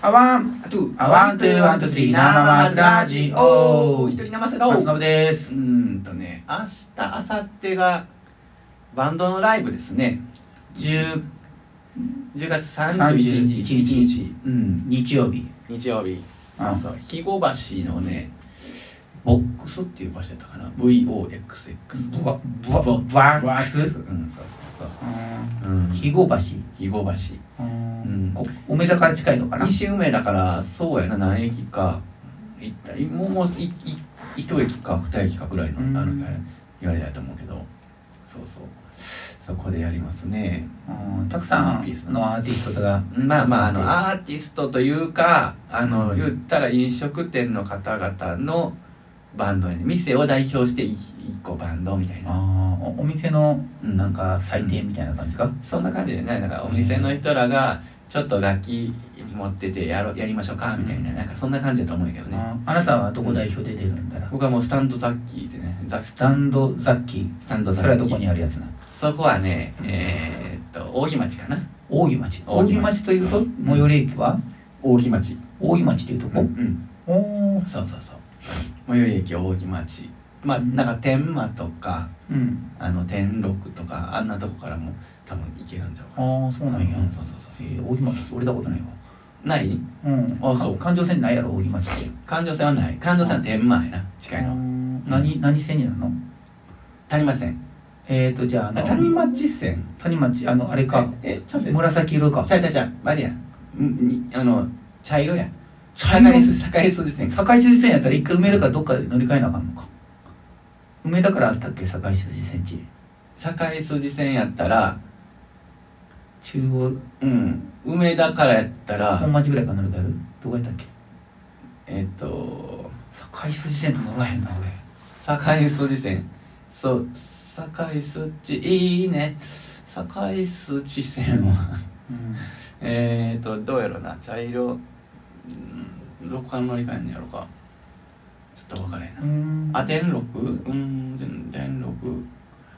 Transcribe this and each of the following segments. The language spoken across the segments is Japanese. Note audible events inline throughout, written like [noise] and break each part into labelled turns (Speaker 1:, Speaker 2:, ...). Speaker 1: アワン、アトゥ、アワン、トゥ、ワン、トゥ、スリー、ナマズラジオ
Speaker 2: 一人生瀬
Speaker 1: 松
Speaker 2: の
Speaker 1: 信です。
Speaker 2: うーんとね明日明後日がバンドのライブですね
Speaker 1: 10
Speaker 2: 10月
Speaker 1: 31
Speaker 2: 31日日
Speaker 1: うん、日曜日。
Speaker 2: 日曜日
Speaker 1: あ
Speaker 2: そうそう肥後橋のねボックスっていう場所やったかな VOXX
Speaker 1: ブワ、ブワ、ブワックス。
Speaker 2: う
Speaker 1: うん
Speaker 2: そうそうそううんん
Speaker 1: 肥後橋。
Speaker 2: 肥後橋
Speaker 1: う
Speaker 2: うん
Speaker 1: ん。こ梅田から近いのかな。
Speaker 2: 西梅だからそうやな何駅か行ったりもうもういい一駅か二駅かぐらいの
Speaker 1: うん
Speaker 2: あるから言われたと思うけどそうそうそこでやりますね
Speaker 1: うんたくさんのアーティストが。
Speaker 2: まあまああ
Speaker 1: そ
Speaker 2: の
Speaker 1: うね
Speaker 2: アーティストというかあ
Speaker 1: う
Speaker 2: の
Speaker 1: ん
Speaker 2: 言ったら飲食店の方々のバンドやね店を代表して一一個バンドみたいな
Speaker 1: あーおお店の
Speaker 2: うん
Speaker 1: なんか祭典みたいな感じか、
Speaker 2: そんな感じでねなんかお店の人らがちょっと楽器持っててやろやりましょうかみたいななんかそんな感じだと思うんやけどね
Speaker 1: あーあなたはどこ代表で出るんだろう
Speaker 2: 僕はもうスタンドザッキーでねザス
Speaker 1: スタンド雑記
Speaker 2: タンド
Speaker 1: そ
Speaker 2: ザッキー
Speaker 1: れはどこにあるやつな
Speaker 2: そこはねえー、っと扇町かな
Speaker 1: 大木町
Speaker 2: 大
Speaker 1: 大
Speaker 2: 木町
Speaker 1: 木町というと最寄り駅は
Speaker 2: 扇町
Speaker 1: 大木町というと
Speaker 2: う
Speaker 1: こ、
Speaker 2: ん
Speaker 1: おお
Speaker 2: そうそうそう最寄り駅扇町まあなんか天満とか
Speaker 1: うん
Speaker 2: あの天禄とかあんなとこからも多分行けるんちゃうかな
Speaker 1: ああそう
Speaker 2: う
Speaker 1: なんや、
Speaker 2: んそうそうそう
Speaker 1: え
Speaker 2: そう
Speaker 1: ー、大木町って俺だことないわ
Speaker 2: ない
Speaker 1: うん
Speaker 2: あそう
Speaker 1: か環状線ないやろ大木町って
Speaker 2: 環状線はない環状線は天満やな近いの
Speaker 1: う
Speaker 2: は
Speaker 1: ん何何線になるの
Speaker 2: 谷間線
Speaker 1: えっ、ー、とじゃああ
Speaker 2: あ
Speaker 1: の
Speaker 2: 谷町線
Speaker 1: 谷町あのあれか
Speaker 2: えちょっと待って
Speaker 1: 紫色か
Speaker 2: ちゃうちゃうちゃうマリアんにあの茶色や
Speaker 1: 茶
Speaker 2: 境
Speaker 1: 色
Speaker 2: 筋境筋ですね
Speaker 1: 堺筋線やったら一回梅田からどっかで乗り換えなあかんのか梅田からあったっけ堺筋線地
Speaker 2: 堺筋線やったら
Speaker 1: 中央
Speaker 2: うん梅田からやったら
Speaker 1: 本町ぐらいから乗り換えるどこやったっけ
Speaker 2: えっと
Speaker 1: 堺筋線って乗らへんな俺
Speaker 2: 堺筋線そう堺筋いいね堺筋線は [laughs]
Speaker 1: うん
Speaker 2: えっとどうやろな茶色うんどこから乗り換えんのやろかちょっと分からへんなあ天禄うん天天禄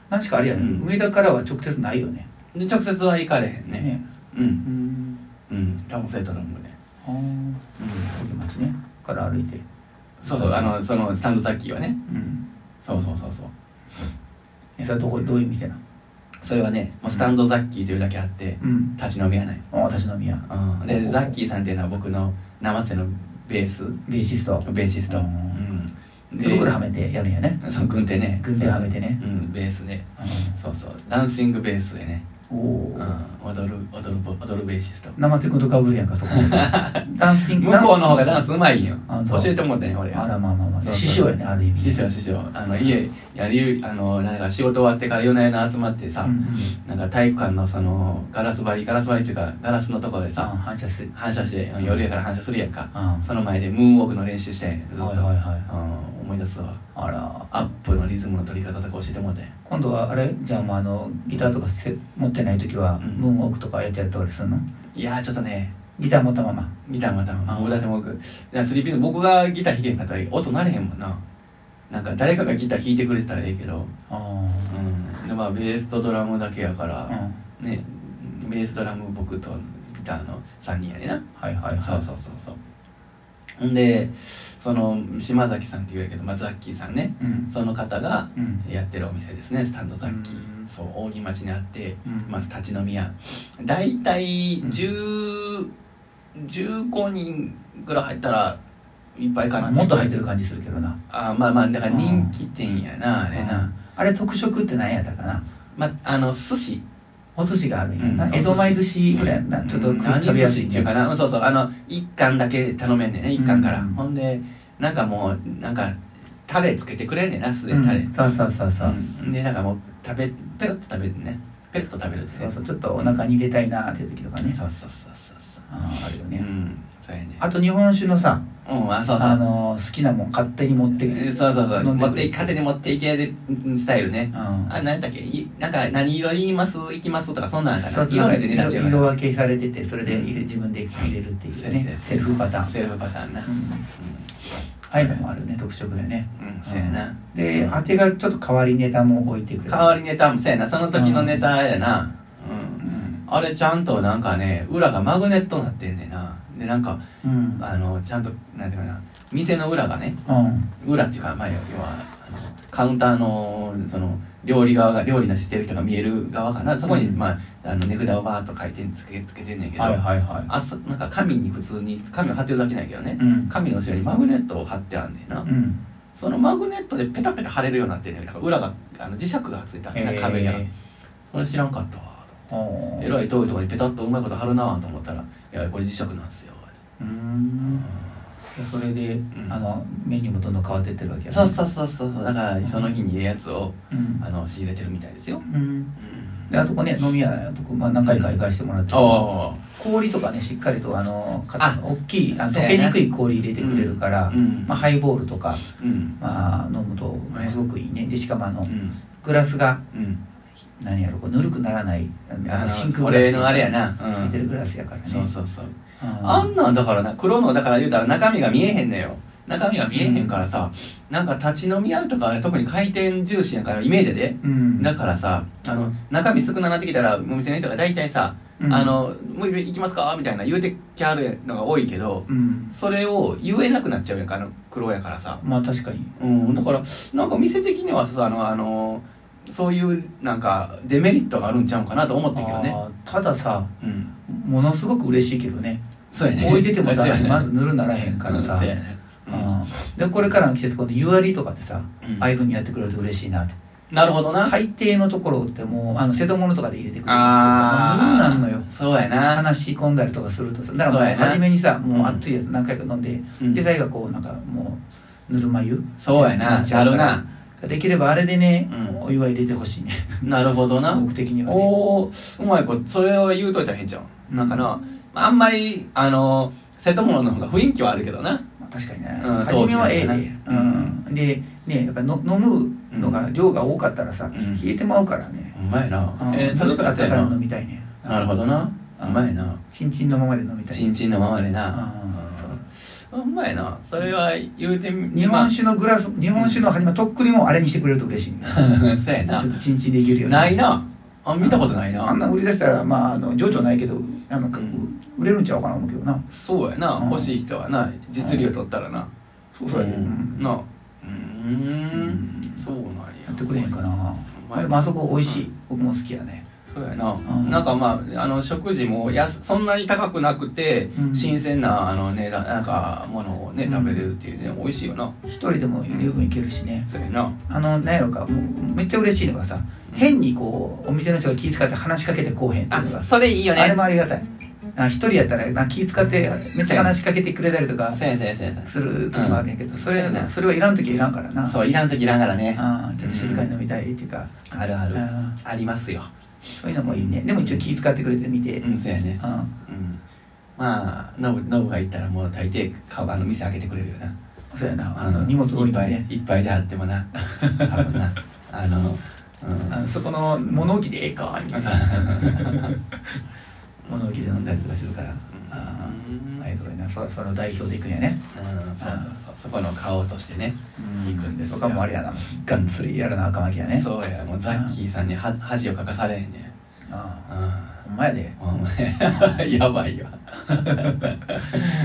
Speaker 1: 何しかあれやね、
Speaker 2: うん
Speaker 1: 梅田からは直接ないよね
Speaker 2: で直接は行かれへんねうん
Speaker 1: うん
Speaker 2: うん多分そうやと思うね
Speaker 1: ああ
Speaker 2: うん
Speaker 1: 小木町ねから歩いて
Speaker 2: そうそうあのそのスタンドザッキーはね
Speaker 1: うん
Speaker 2: そうそうそうそう
Speaker 1: えそれはどこどういう店な
Speaker 2: それはねもうスタンドザッキーというだけあって
Speaker 1: うん
Speaker 2: 立ち飲みはない
Speaker 1: あ私の宮
Speaker 2: で
Speaker 1: お
Speaker 2: ザッキーさんっていうのは僕の生瀬のベース
Speaker 1: ベーシスト
Speaker 2: ベーシスト
Speaker 1: う
Speaker 2: うんで
Speaker 1: 袋はめてやるんやね
Speaker 2: そう軍手ね
Speaker 1: 軍手はめてね
Speaker 2: うんベースでそうそうダンシングベースでね
Speaker 1: おお
Speaker 2: う
Speaker 1: ー
Speaker 2: ん踊る踊る踊るベーシスト
Speaker 1: 生瀬君とかぶるやんか
Speaker 2: [laughs]
Speaker 1: そこダンスイン
Speaker 2: 向こうの方がダンスうまいんよ
Speaker 1: あ
Speaker 2: 教
Speaker 1: そう
Speaker 2: えてもらったんよ俺
Speaker 1: あらまあまあまあ
Speaker 2: そうそう
Speaker 1: 師匠やねある意味
Speaker 2: 師匠師匠あの家やりあのなんか仕事終わってから夜な夜な集まってさ、
Speaker 1: うんうん
Speaker 2: なんか体育館のそのガラス張りガラス張りっていうかガラスのとこで
Speaker 1: あ
Speaker 2: さ
Speaker 1: 反射する
Speaker 2: 反射してうん夜やから反射するやんか
Speaker 1: あ
Speaker 2: その前でムーンウォークの練習してずっと、
Speaker 1: はいはいはい
Speaker 2: うん思い出すわ
Speaker 1: あら
Speaker 2: アップのリズムの取り方とか教えてもらって
Speaker 1: 今度はあれじゃあもうあのギターとかせ持ってない時は
Speaker 2: うん
Speaker 1: ムーンウォークとかやっちゃったりするの
Speaker 2: いやーちょっとね
Speaker 1: ギター持ったまま
Speaker 2: ギターまたあ俺だって僕いやスリーピース僕がギター弾けへんかったら音なれへんもんななんか誰かがギター弾いてくれてたらええけど
Speaker 1: あ
Speaker 2: うんでまあベースとドラムだけやから
Speaker 1: あうん
Speaker 2: ねベースドラム僕とギターの3人やねんな
Speaker 1: はいはいはい
Speaker 2: そうそうそうそうほんでその島崎さんって言うやけど、まあ、ザッキーさんね
Speaker 1: うん
Speaker 2: その方が
Speaker 1: うん
Speaker 2: やってるお店ですねスタンドザッキー、
Speaker 1: うん
Speaker 2: そう扇町にあって、
Speaker 1: うん
Speaker 2: まあ、立ち飲み屋大体
Speaker 1: うん
Speaker 2: 10 15人ぐらい入ったらいっぱいかな
Speaker 1: もっと入ってる感じするけどな
Speaker 2: あまあまあだから人気店やなあれな
Speaker 1: あれ特色って何やったかな
Speaker 2: まああの寿司
Speaker 1: お寿司があるんや
Speaker 2: うん
Speaker 1: な江戸前寿司ぐらいなちょっと
Speaker 2: うん何
Speaker 1: 食べやす
Speaker 2: 寿司
Speaker 1: い
Speaker 2: っていうかなうんそうそうあの一貫だけ頼めんねんね一貫から、
Speaker 1: うん
Speaker 2: ほんでなんかもうなんかタレつけてくれんねんなすで
Speaker 1: うん
Speaker 2: にタレ、うん
Speaker 1: そうそうそうそう
Speaker 2: でなんかもう食べペロッと食べるねペロッと食べるって
Speaker 1: そうそうちょっとお腹に入れたいなーっていう時とかね
Speaker 2: そうそうそうそうそう
Speaker 1: あーあるよ
Speaker 2: う
Speaker 1: ね
Speaker 2: んそうやね
Speaker 1: あと日本酒のさ
Speaker 2: うんあそうそ
Speaker 1: あ
Speaker 2: う
Speaker 1: のー好きなもん勝手に持って
Speaker 2: えそうそうそう
Speaker 1: 飲んでく
Speaker 2: 持
Speaker 1: る
Speaker 2: ってい勝手に持っていけるうんスタイルね
Speaker 1: うん
Speaker 2: あ何だっけいなんか何色言います行きますとかそんなんか
Speaker 1: そ
Speaker 2: な
Speaker 1: うそう
Speaker 2: 色
Speaker 1: なんか
Speaker 2: で値段違
Speaker 1: 色
Speaker 2: う
Speaker 1: 色
Speaker 2: よ
Speaker 1: 分けされててそれで入れ自分で入れるっていう
Speaker 2: そう
Speaker 1: ね
Speaker 2: です
Speaker 1: セルフパターン
Speaker 2: セルフパターンなう、
Speaker 1: うんんああいうのもあるね特色だよね
Speaker 2: うん、そうやな、
Speaker 1: で当てがちょっと変わりネタも置いてくれる
Speaker 2: 代わりネタもそうやなその時のネタやなうん、
Speaker 1: うん
Speaker 2: あれちゃんとなんかね裏がマグネットになってんねんなでなんか
Speaker 1: うん
Speaker 2: あのちゃんとなんていうかな店の裏がね
Speaker 1: うん
Speaker 2: 裏っていうかまあ要はあのカウンターのその料理側が料理のしてる人が見える側かなそこに、
Speaker 1: うん
Speaker 2: まあ、あの値札をバーッと書いてつけつけてんねんけど、
Speaker 1: はいはいはい
Speaker 2: あそなんか紙に普通に紙を貼ってるだけなんやけどね
Speaker 1: うん
Speaker 2: 紙の後ろにマグネットを貼ってあんねんな、
Speaker 1: うん
Speaker 2: そのマグネットでペタペタ貼れるようになってんねんだから裏があの磁石がついたんやな壁に、
Speaker 1: え
Speaker 2: これ知らんかったわ
Speaker 1: ーお
Speaker 2: え
Speaker 1: ー
Speaker 2: らい遠いとこにペタッとうまいこと貼るなと思ったら「いやこれ磁石なんすよ」
Speaker 1: うーんでそれで、
Speaker 2: ん
Speaker 1: あのメニューもどんどん変わってってるわけやね
Speaker 2: そうそうそうそうだからその日にええやつを
Speaker 1: うん
Speaker 2: あの仕入れてるみたいですよ、
Speaker 1: うんであそこね飲み屋やとこ、まあ、何回か行かしてもらってる
Speaker 2: あ
Speaker 1: 氷とかねしっかりとあのか
Speaker 2: あ
Speaker 1: 大きいあの
Speaker 2: そう
Speaker 1: 溶
Speaker 2: や
Speaker 1: け
Speaker 2: ね
Speaker 1: にくい氷入れてくれるから、
Speaker 2: あうん
Speaker 1: まあ、ハイボールとか、
Speaker 2: うん
Speaker 1: まあ、飲むとものすごくいいねでしかもあの
Speaker 2: うん
Speaker 1: グラスが
Speaker 2: うん
Speaker 1: 何やろこうぬるくならないあの
Speaker 2: あの
Speaker 1: 真空
Speaker 2: こ
Speaker 1: グラス
Speaker 2: れのあれやな、
Speaker 1: ついて
Speaker 2: う
Speaker 1: る
Speaker 2: ん、
Speaker 1: グラスやからね
Speaker 2: そうそうそうあ
Speaker 1: あ
Speaker 2: んなんだからな黒のだから言うたら中身が見えへんのよ中身が見えへんからさ、なんか立ち飲み屋とか特に回転重視なんかのイメージやで
Speaker 1: うん
Speaker 2: だからさあの中身少なくなってきたらお店の人が大体さ「
Speaker 1: うん
Speaker 2: あのもう行きますか?」みたいな言うてきはるのが多いけど
Speaker 1: うん
Speaker 2: それを言えなくなっちゃうやんかあの黒やからさ
Speaker 1: まあ確かに
Speaker 2: うんだからなんか店的にはさあのあのそういうなんかデメリットがあるんちゃうかなと思ってんけどね
Speaker 1: あーたださ
Speaker 2: うん
Speaker 1: ものすごく嬉しいけど
Speaker 2: [laughs]
Speaker 1: ね
Speaker 2: そうやね
Speaker 1: 置いててもさ
Speaker 2: [laughs] そうやね
Speaker 1: まずぬるならへんから
Speaker 2: うん
Speaker 1: さ
Speaker 2: そうやねうん
Speaker 1: あーでこれからの季節今度湯割りとかってさ
Speaker 2: うん
Speaker 1: ああいうふうにやってくれると嬉しいなって
Speaker 2: なるほどな
Speaker 1: 海底のところってもうあの瀬戸物とかで入れてくれるから
Speaker 2: あ
Speaker 1: さもうぬる
Speaker 2: あ
Speaker 1: なんのよ
Speaker 2: そうやな
Speaker 1: 話し込んだりとかするとさだからもう
Speaker 2: そうやな
Speaker 1: 初めにさもう
Speaker 2: うん
Speaker 1: 熱いやつ何回か飲んで、
Speaker 2: うん
Speaker 1: で大がこうなんかもうぬるま湯
Speaker 2: そうやな
Speaker 1: ってっちゃうから
Speaker 2: ある
Speaker 1: できればあれでね、
Speaker 2: うん
Speaker 1: お湯は入れてほしいね
Speaker 2: なるほどな
Speaker 1: 僕的にはね
Speaker 2: おおうまい子それを言うといたら変じゃんなんかなあんまりあの瀬戸物の方が雰囲気はあるけどな
Speaker 1: まあ確かにね、
Speaker 2: うん
Speaker 1: 初めはええで、
Speaker 2: 陶器
Speaker 1: う
Speaker 2: なんかね
Speaker 1: んでねやっぱの飲むのが量が多かったらさ、
Speaker 2: うん
Speaker 1: 冷えてまうからね、
Speaker 2: うまいな
Speaker 1: うん
Speaker 2: えー確かに
Speaker 1: ず
Speaker 2: そ
Speaker 1: っと温か
Speaker 2: う
Speaker 1: い
Speaker 2: や
Speaker 1: の
Speaker 2: な
Speaker 1: 飲みたいね
Speaker 2: なるほどな
Speaker 1: う
Speaker 2: うんまいな
Speaker 1: チンチンのままで飲みたい
Speaker 2: ちんちんのままでな
Speaker 1: あーそう
Speaker 2: うんうまいなそれは言うてみ
Speaker 1: 日本酒のグラス日本酒の始まりとっくにもうあれにしてくれると嬉しい、ね、 [laughs]
Speaker 2: 酒そうやな
Speaker 1: ちょっとチンチンでいけるよね
Speaker 2: [laughs] ないなあ見たことない
Speaker 1: あんな
Speaker 2: な
Speaker 1: ん売り出したらまああの情緒ないけどあの、
Speaker 2: ん
Speaker 1: 売れるんちゃうかな思うけどな
Speaker 2: そうやな
Speaker 1: うん
Speaker 2: 欲しい人はな実利を取ったらな
Speaker 1: そうそうやで、うん
Speaker 2: なうーんそうなんや
Speaker 1: やってくれへんかな
Speaker 2: まい
Speaker 1: でもあそこ美味しい僕も好きやね
Speaker 2: そうやな、
Speaker 1: ん
Speaker 2: なんかまああの食事もやすそんなに高くなくて、
Speaker 1: うん
Speaker 2: 新鮮なあのねななんかものをね
Speaker 1: うん
Speaker 2: 食べれるっていうね、美味しいよな
Speaker 1: 一人でも十分いけるしね
Speaker 2: そうやな
Speaker 1: あの何やろかもうめっちゃ嬉しいのがさ、
Speaker 2: うん
Speaker 1: 変にこうお店の人が気遣って話しかけてこうへんっていうのが
Speaker 2: あそれいいよね
Speaker 1: あれもありがたいあ一人やったらな気遣ってめっちゃ話しかけてくれたりとか
Speaker 2: そうやそうやそうや
Speaker 1: する時もあるんやけど、それ
Speaker 2: そうやな
Speaker 1: それはいらん時はいらんからな
Speaker 2: そういらん時いらんからね
Speaker 1: あーちょっと静かに飲みたいっていうか、
Speaker 2: あるある
Speaker 1: あー
Speaker 2: ありますよ
Speaker 1: そういうのもいいねでも一応気遣ってくれてみて、
Speaker 2: うんそうやね
Speaker 1: あ
Speaker 2: うんまあノブノブが行ったらもう大抵かあの店開けてくれるよな
Speaker 1: あそうやなあ
Speaker 2: う
Speaker 1: の
Speaker 2: ん
Speaker 1: 荷物多い
Speaker 2: っ
Speaker 1: の
Speaker 2: ぱ
Speaker 1: に
Speaker 2: い
Speaker 1: ね
Speaker 2: いっぱいであってもな多分
Speaker 1: [laughs]
Speaker 2: なあのうん [laughs]
Speaker 1: あのそこの物置でええかみたいな物置で飲んだりとかするから、あ
Speaker 2: うん
Speaker 1: あああいうとこになそその代表で行くんやね
Speaker 2: うんそうそうそうそこの顔としてね行くんですよ
Speaker 1: とかもあれやながっつりやるな赤巻やねう
Speaker 2: そうやもうザッキーさんには恥をかかされへんね
Speaker 1: あ
Speaker 2: あ
Speaker 1: あほんまやで
Speaker 2: あお前 [laughs] やばいよ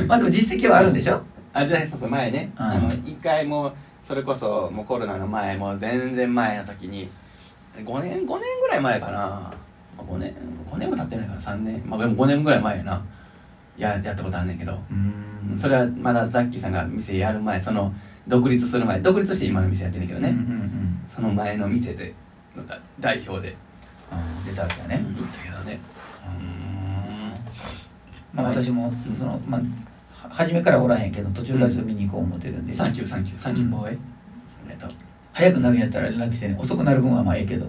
Speaker 1: まあでも実績はあるんでしょ
Speaker 2: あじゃあそうそう前ね
Speaker 1: うん
Speaker 2: あの一回もうそれこそもうコロナの前もう全然前の時に5年5年ぐらい前かな5年5年も経ってないから3年まあでも5年ぐらい前やなややったことあんねんけど
Speaker 1: うん
Speaker 2: それはまだザッキーさんが店やる前その独立する前独立して今の店やってんねんけど
Speaker 1: ね、
Speaker 2: ね、
Speaker 1: うんうんうん
Speaker 2: その前の店でのだ代表で
Speaker 1: ああ出たわけやね、
Speaker 2: 行ったけどね
Speaker 1: まあ、
Speaker 2: はい
Speaker 1: 私も
Speaker 2: うん
Speaker 1: その、まあ、は初めからおらへんけど途中からちょっと見に行こう思ってるんで、
Speaker 2: サンキューサンキューサンキューボーイありがとう
Speaker 1: 早くなるんやったら連絡してね遅くなる分はまあええけど、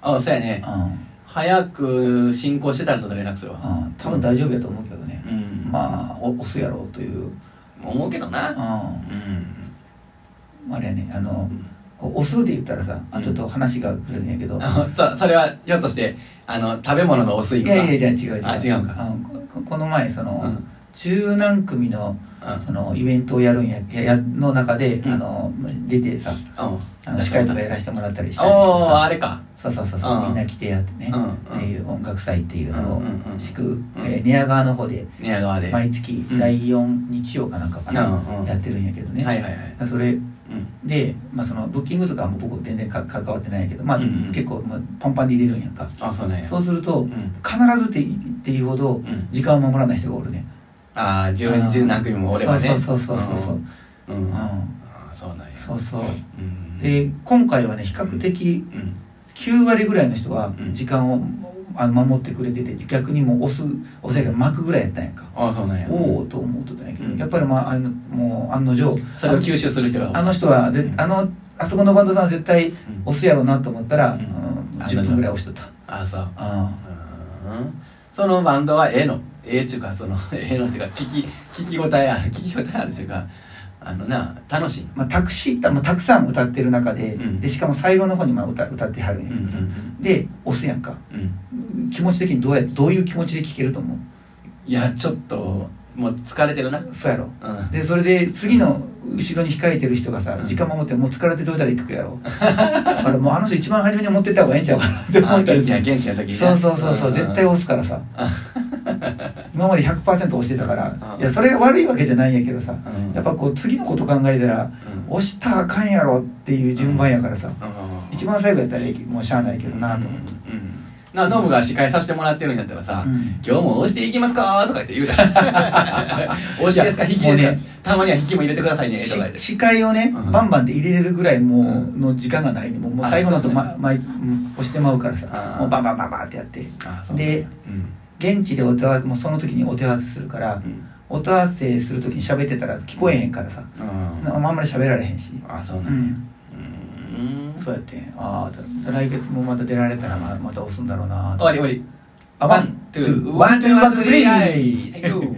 Speaker 2: あそうや
Speaker 1: うん
Speaker 2: ね
Speaker 1: うん、
Speaker 2: 早く進行してたらちょっと連絡するわ
Speaker 1: 多分大丈夫やと思うけどね
Speaker 2: う、ん
Speaker 1: まあお押すやろうという、うん
Speaker 2: 思うけどなうん
Speaker 1: あれやねあのこう押すで言ったらさあちょっと話が来るんやけど、
Speaker 2: あそそれは [laughs] ひょっとしてあの食べ物のお水
Speaker 1: い
Speaker 2: か
Speaker 1: やいやじゃあ違う違う
Speaker 2: あ違うんか
Speaker 1: んここの前その、
Speaker 2: うん
Speaker 1: 中南組のそのイベントをやるんやややの中で、
Speaker 2: うん
Speaker 1: あの出てさ
Speaker 2: うん
Speaker 1: あの司会とかやらせてもらったりしたんやけど
Speaker 2: お
Speaker 1: さ
Speaker 2: ーあれか
Speaker 1: そうそうそうそう、
Speaker 2: うん
Speaker 1: みんな来てやってね、
Speaker 2: うんう
Speaker 1: っ
Speaker 2: ん
Speaker 1: ていう音楽祭っていうのを
Speaker 2: うんうんうん
Speaker 1: 宿、えー寝屋川の方で
Speaker 2: 宮川で。
Speaker 1: 毎月
Speaker 2: うん
Speaker 1: 第4日曜かなんかかな、
Speaker 2: うんうん
Speaker 1: やってるんやけどね、
Speaker 2: はいはいはい。
Speaker 1: それ
Speaker 2: うん。
Speaker 1: で、まあ、そのブッキングとかも僕全然か関わってないけど、まあ
Speaker 2: うんうん
Speaker 1: 結構、まあ、パンパンで入れるんやんか
Speaker 2: あ、そうね。。
Speaker 1: そううすると
Speaker 2: ん。
Speaker 1: 必ずって言っていいほど
Speaker 2: うん。
Speaker 1: 時間を守らない人がおるね
Speaker 2: ああ、十
Speaker 1: うん
Speaker 2: 十何組もおればね。
Speaker 1: そうそうそうそうそう、うん
Speaker 2: うん。うん。あーそうなんや。
Speaker 1: そうそう
Speaker 2: うん。
Speaker 1: で今回はね比較的
Speaker 2: うん。
Speaker 1: 9割ぐらいの人は
Speaker 2: うん
Speaker 1: 時間をあの守ってくれてて逆にもう押す押せが巻くぐらいやったんやんか
Speaker 2: ああ、そうなんや。
Speaker 1: おおと思うとったんやけど、
Speaker 2: うん
Speaker 1: やっぱりまああのもう案の定
Speaker 2: それを吸収する人が。
Speaker 1: あの人はぜあのあそこのバンドさんは絶対
Speaker 2: うん
Speaker 1: 押すやろうなと思ったら、
Speaker 2: うん
Speaker 1: うん
Speaker 2: あ
Speaker 1: 10分ぐらい押しとった
Speaker 2: ああ、そう。
Speaker 1: あ
Speaker 2: うんそのバンドはええのええっていうかその [laughs] ええのっていうか聞き聞き応えある聞き応えあるっていうかあのな楽しい
Speaker 1: まあ、タクシーた,、まあ、たくさん歌ってる中で,、
Speaker 2: うん
Speaker 1: でしかも最後の方にまあ歌歌ってはるん
Speaker 2: う
Speaker 1: や
Speaker 2: ん
Speaker 1: け
Speaker 2: う
Speaker 1: どさ、
Speaker 2: ん
Speaker 1: で押すやんか
Speaker 2: うんうん
Speaker 1: 気持ち的にどうやどういう気持ちで聴けると思
Speaker 2: いやちょっともう疲れてるな
Speaker 1: うそうやろ
Speaker 2: うん
Speaker 1: でそれで次の後ろに控えてる人がさ、
Speaker 2: うん
Speaker 1: 時間守ってもう疲れてどうやったら行くやろ [laughs] だからもうあの人一番初めに持ってった方がええんちゃうかなって
Speaker 2: [laughs] あ
Speaker 1: 思った
Speaker 2: 元
Speaker 1: り
Speaker 2: 気
Speaker 1: す
Speaker 2: な
Speaker 1: る
Speaker 2: 元気な時に
Speaker 1: そうそうそうそう、絶対
Speaker 2: お
Speaker 1: 押すからさ今まで100%押してたから、
Speaker 2: うん
Speaker 1: いやそれが悪いわけじゃないんやけどさやっぱこう次のこと考えたら押したらあかんやろっていう順番やからさ、一番最後やったらもうしゃあないけどなと思って、
Speaker 2: うんうんなノブが司会させてもらってるんやったらさ
Speaker 1: うん
Speaker 2: 今日も押していきますかとか言って言うた
Speaker 1: [laughs]
Speaker 2: ら押しですか引き
Speaker 1: もう
Speaker 2: ですか
Speaker 1: ね
Speaker 2: たまには引きも入れてくださいねと
Speaker 1: し
Speaker 2: か言って
Speaker 1: 視界をね、
Speaker 2: うん
Speaker 1: バンバンで入れれるぐらいもう
Speaker 2: う
Speaker 1: の時間がないねもうもう
Speaker 2: あ
Speaker 1: 最後のと、
Speaker 2: そうね
Speaker 1: ままうん押してまうから
Speaker 2: あ
Speaker 1: さ
Speaker 2: ー
Speaker 1: もうバンバンバンバンってやって
Speaker 2: あそうなんや
Speaker 1: で
Speaker 2: うん
Speaker 1: 現地でお手合わせもうその時にお手合わせするから、
Speaker 2: うん
Speaker 1: お手合わせする時に喋ってたら聞こえへんからさ、
Speaker 2: うん
Speaker 1: あんまり喋られへんし、
Speaker 2: あそう
Speaker 1: う
Speaker 2: なんや
Speaker 1: ん、
Speaker 2: うん
Speaker 1: そうやってああ来月もまた出られたらままた押すんだろうな
Speaker 2: 終わり終わり
Speaker 1: あワンツー
Speaker 2: ワン、ツー、ワン、ツー、スリー
Speaker 1: はい
Speaker 2: Thank you